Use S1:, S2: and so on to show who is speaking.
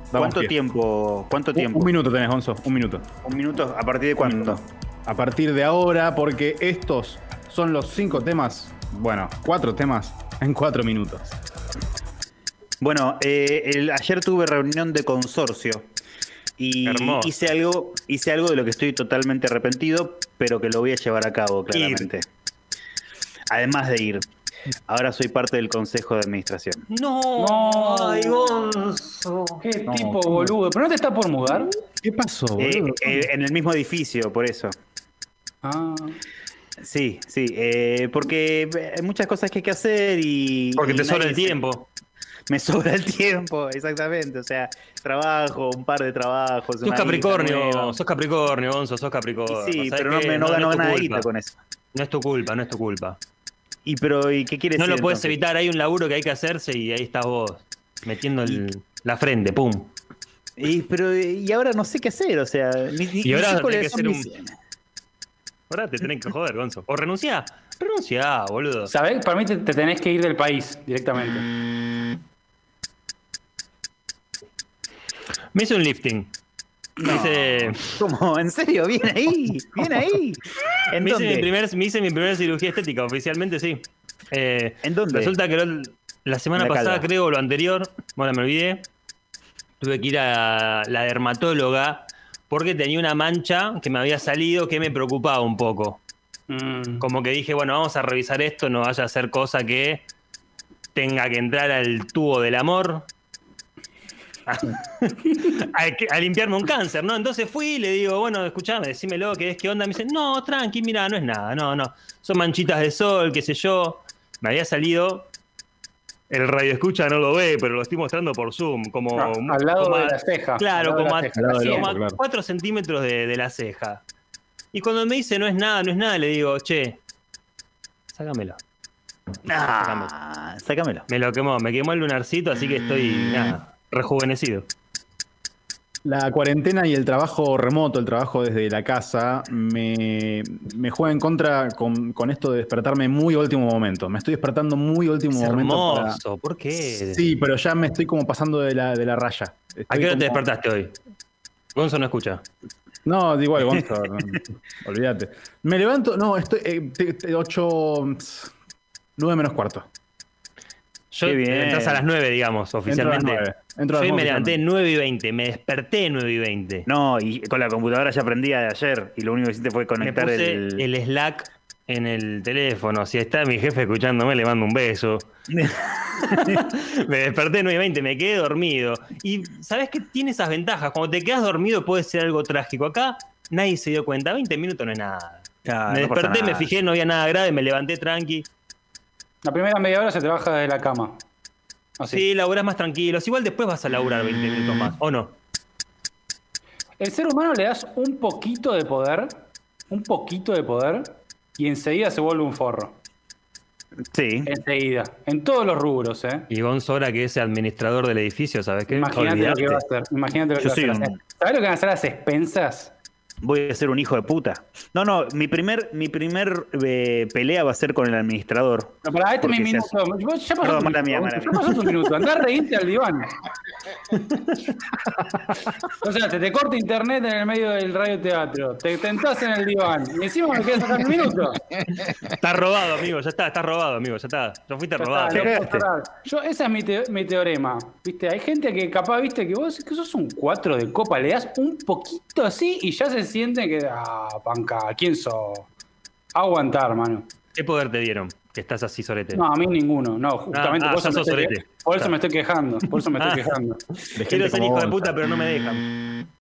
S1: Vamos,
S2: ¿Cuánto
S1: bien.
S2: tiempo? ¿Cuánto
S1: Un,
S2: tiempo?
S1: un minuto tenés, Gonzo, un minuto.
S2: ¿Un minuto? ¿A partir de cuándo?
S1: A partir de ahora, porque estos son los cinco temas, bueno, cuatro temas en cuatro minutos.
S2: Bueno, eh, el- ayer tuve reunión de consorcio y
S3: Hermoso.
S2: hice algo, hice algo de lo que estoy totalmente arrepentido, pero que lo voy a llevar a cabo claramente. Además de ir, ahora soy parte del consejo de administración.
S4: No,
S5: No.
S4: ay, Gonzo.
S5: Qué
S1: No,
S5: tipo,
S1: ¿cómo?
S5: boludo. ¿Pero no te está por mudar?
S1: ¿Qué pasó,
S2: Eh,
S1: boludo?
S2: eh, en el mismo edificio, por eso.
S5: Ah.
S2: Sí, sí, eh, porque hay muchas cosas que hay que hacer y...
S3: Porque
S2: y
S3: te sobra
S2: nadie
S3: el
S2: se-
S3: tiempo.
S2: Me sobra el tiempo, exactamente. O sea, trabajo, un par de trabajos.
S3: Sos
S2: una guita
S3: Capricornio,
S2: nueva.
S3: sos Capricornio, Gonzo, sos Capricornio.
S2: Y Sí,
S3: ¿Sabés
S2: pero no,
S3: qué?
S2: me, no, ganó
S3: es tu
S2: nada de
S3: culpa.
S2: guita con eso.
S3: No es tu culpa, no es tu culpa.
S2: Y pero, ¿y qué quieres
S3: No lo puedes evitar, hay un laburo que hay que hacerse y ahí estás vos, metiendo el- la frente, pum.
S2: Y, pero, y ahora no sé qué hacer, o sea, ni, ni-
S3: Y ahora
S2: ni sé cuáles
S3: tenés que
S2: son
S3: ser Ahora te tenés que joder, Gonzo. O renunciá, renunciá, boludo.
S5: ¿Sabés? Para mí te, te tenés que ir del país directamente.
S3: Me hice un lifting. Me hice,
S2: ¿Cómo? ¿En serio? Bien ahí, bien ahí. ¿En
S3: me hice mi
S2: dónde?
S3: primer- me hice mi primera cirugía estética, oficialmente sí. Eh,
S2: ¿En dónde?
S3: Resulta que lo- la semana
S2: En la
S3: pasada,
S2: calva.
S3: creo, o lo anterior, bueno, me olvidé, tuve que ir a la dermatóloga porque tenía una mancha que me había salido que me preocupaba un poco.
S5: Mm.
S3: Como que dije, bueno, vamos a revisar esto, no vaya a ser cosa que tenga que entrar al tubo del amor. A, a que- a limpiarme un cáncer, ¿no? Entonces fui y le digo, bueno, escuchame, decímelo, ¿qué es? ¿Qué onda? Me dice, no, tranqui, mira, no es nada, no, no. Son manchitas de sol, qué sé yo. Me había salido. El radio escucha no lo ve, pero lo estoy mostrando por Zoom. Como,
S5: Ah, al lado
S3: como
S5: de
S3: a-
S5: la ceja.
S3: Claro,
S5: Al lado de
S3: como
S5: Ah, la
S3: a,
S5: ceja,
S1: al lado del
S3: como a
S1: hombro, claro.
S3: 4 centímetros de, de la ceja. Y cuando me dice no es nada, no es nada, le digo, che, sácamelo.
S2: Ah, sácamelo.
S3: Me lo quemó, me quemó el lunarcito, así que estoy, nada, rejuvenecido.
S1: La cuarentena y el trabajo remoto, el trabajo desde la casa, me, me juega en contra con, con esto de despertarme muy a último momento. Me estoy despertando muy a último
S3: Es
S1: momento. para-
S3: hermoso, ¿por qué?
S1: Sí, pero ya me estoy como pasando de la, de la raya. Estoy
S3: ¿A qué hora te
S1: como-
S3: despertaste hoy? Gonzo no escucha.
S1: No, da igual, Gonzo. no, Olvídate. Me levanto, no, estoy eh, 8, 9 menos cuarto.
S3: Yo
S2: Qué bien.
S3: entras a las 9, digamos,
S1: Entro a las
S3: oficialmente.
S1: nueve, entro
S3: Yo
S1: a las
S3: hoy me
S1: nueve
S3: levanté
S1: oficialmente.
S3: 9 y 20, me desperté 9 y 20.
S2: No, y con la computadora ya aprendía de ayer y lo único que hiciste fue
S3: me
S2: conectar
S3: puse
S2: el...
S3: el... Slack en el teléfono. Si está mi jefe escuchándome, le mando un beso. me desperté 9 y 20, me quedé dormido. Y sabes que tiene esas ventajas. Cuando te quedas dormido puede ser algo trágico. Acá nadie se dio cuenta. 20 minutos no es nada.
S2: Ah,
S3: me
S2: no pasa
S3: desperté, me
S2: nada.
S3: fijé, no había nada grave, me levanté tranqui.
S5: La primera media hora se te baja de la cama. Así.
S3: Sí, laburás más tranquilos. Igual después vas a laburar 20 minutos más, ¿o no?
S5: El ser humano le das un poquito de poder, un poquito de poder, y enseguida se vuelve un forro.
S2: Sí.
S5: Enseguida. En todos los rubros, ¿eh?
S3: Y Gonzo ahora que es administrador del edificio, ¿sabes qué?
S5: Imagínate lo que va a
S3: Olvidate.
S5: hacer. Imagínate lo que
S2: Yo
S5: va a
S2: soy
S5: hacer.
S2: un-
S5: ¿Sabes lo que van a hacer las expensas?
S2: Voy a ser un hijo de puta. No, no, mi primer, mi primer eh, pelea va a ser con el administrador.
S5: No, para este mi
S2: Porque se
S5: minuto. Vos Ya pasó
S2: Perdón,
S5: tu
S2: mala
S5: minuto.
S2: mía, mala
S5: Ya
S2: mía.
S5: pasó tu minuto. Andá a reírte al diván. o sea, se te corta internet en el medio del radioteatro. Te tentás en el diván. Y encima me quedas acá un minuto.
S3: Está robado, amigo, ya está, está robado, amigo, ya está. Ya fuiste
S5: Ya
S3: robado.
S2: te
S5: está, no
S2: cagaste.
S5: puedo parar. Yo, ese es mi, te- mi teorema. Viste, hay gente que capaz, viste, que vos que sos un 4 de copa, le das un poquito así y ya se siente que. Ah, panca, ¿quién sos? Aguantar, mano.
S3: ¿Qué poder te dieron? Que estás así sorete.
S5: No, a mí ninguno. No, justamente
S3: Ah, ah,
S5: por, eso
S3: ya
S5: me
S3: sos
S5: estoy,
S3: sorete.
S5: por eso me estoy quejando. Por eso me estoy
S3: Ah.
S5: quejando.
S1: De gente
S3: Quiero ser
S1: como
S3: hijo de
S1: Gonzo.
S3: puta, pero no me dejan.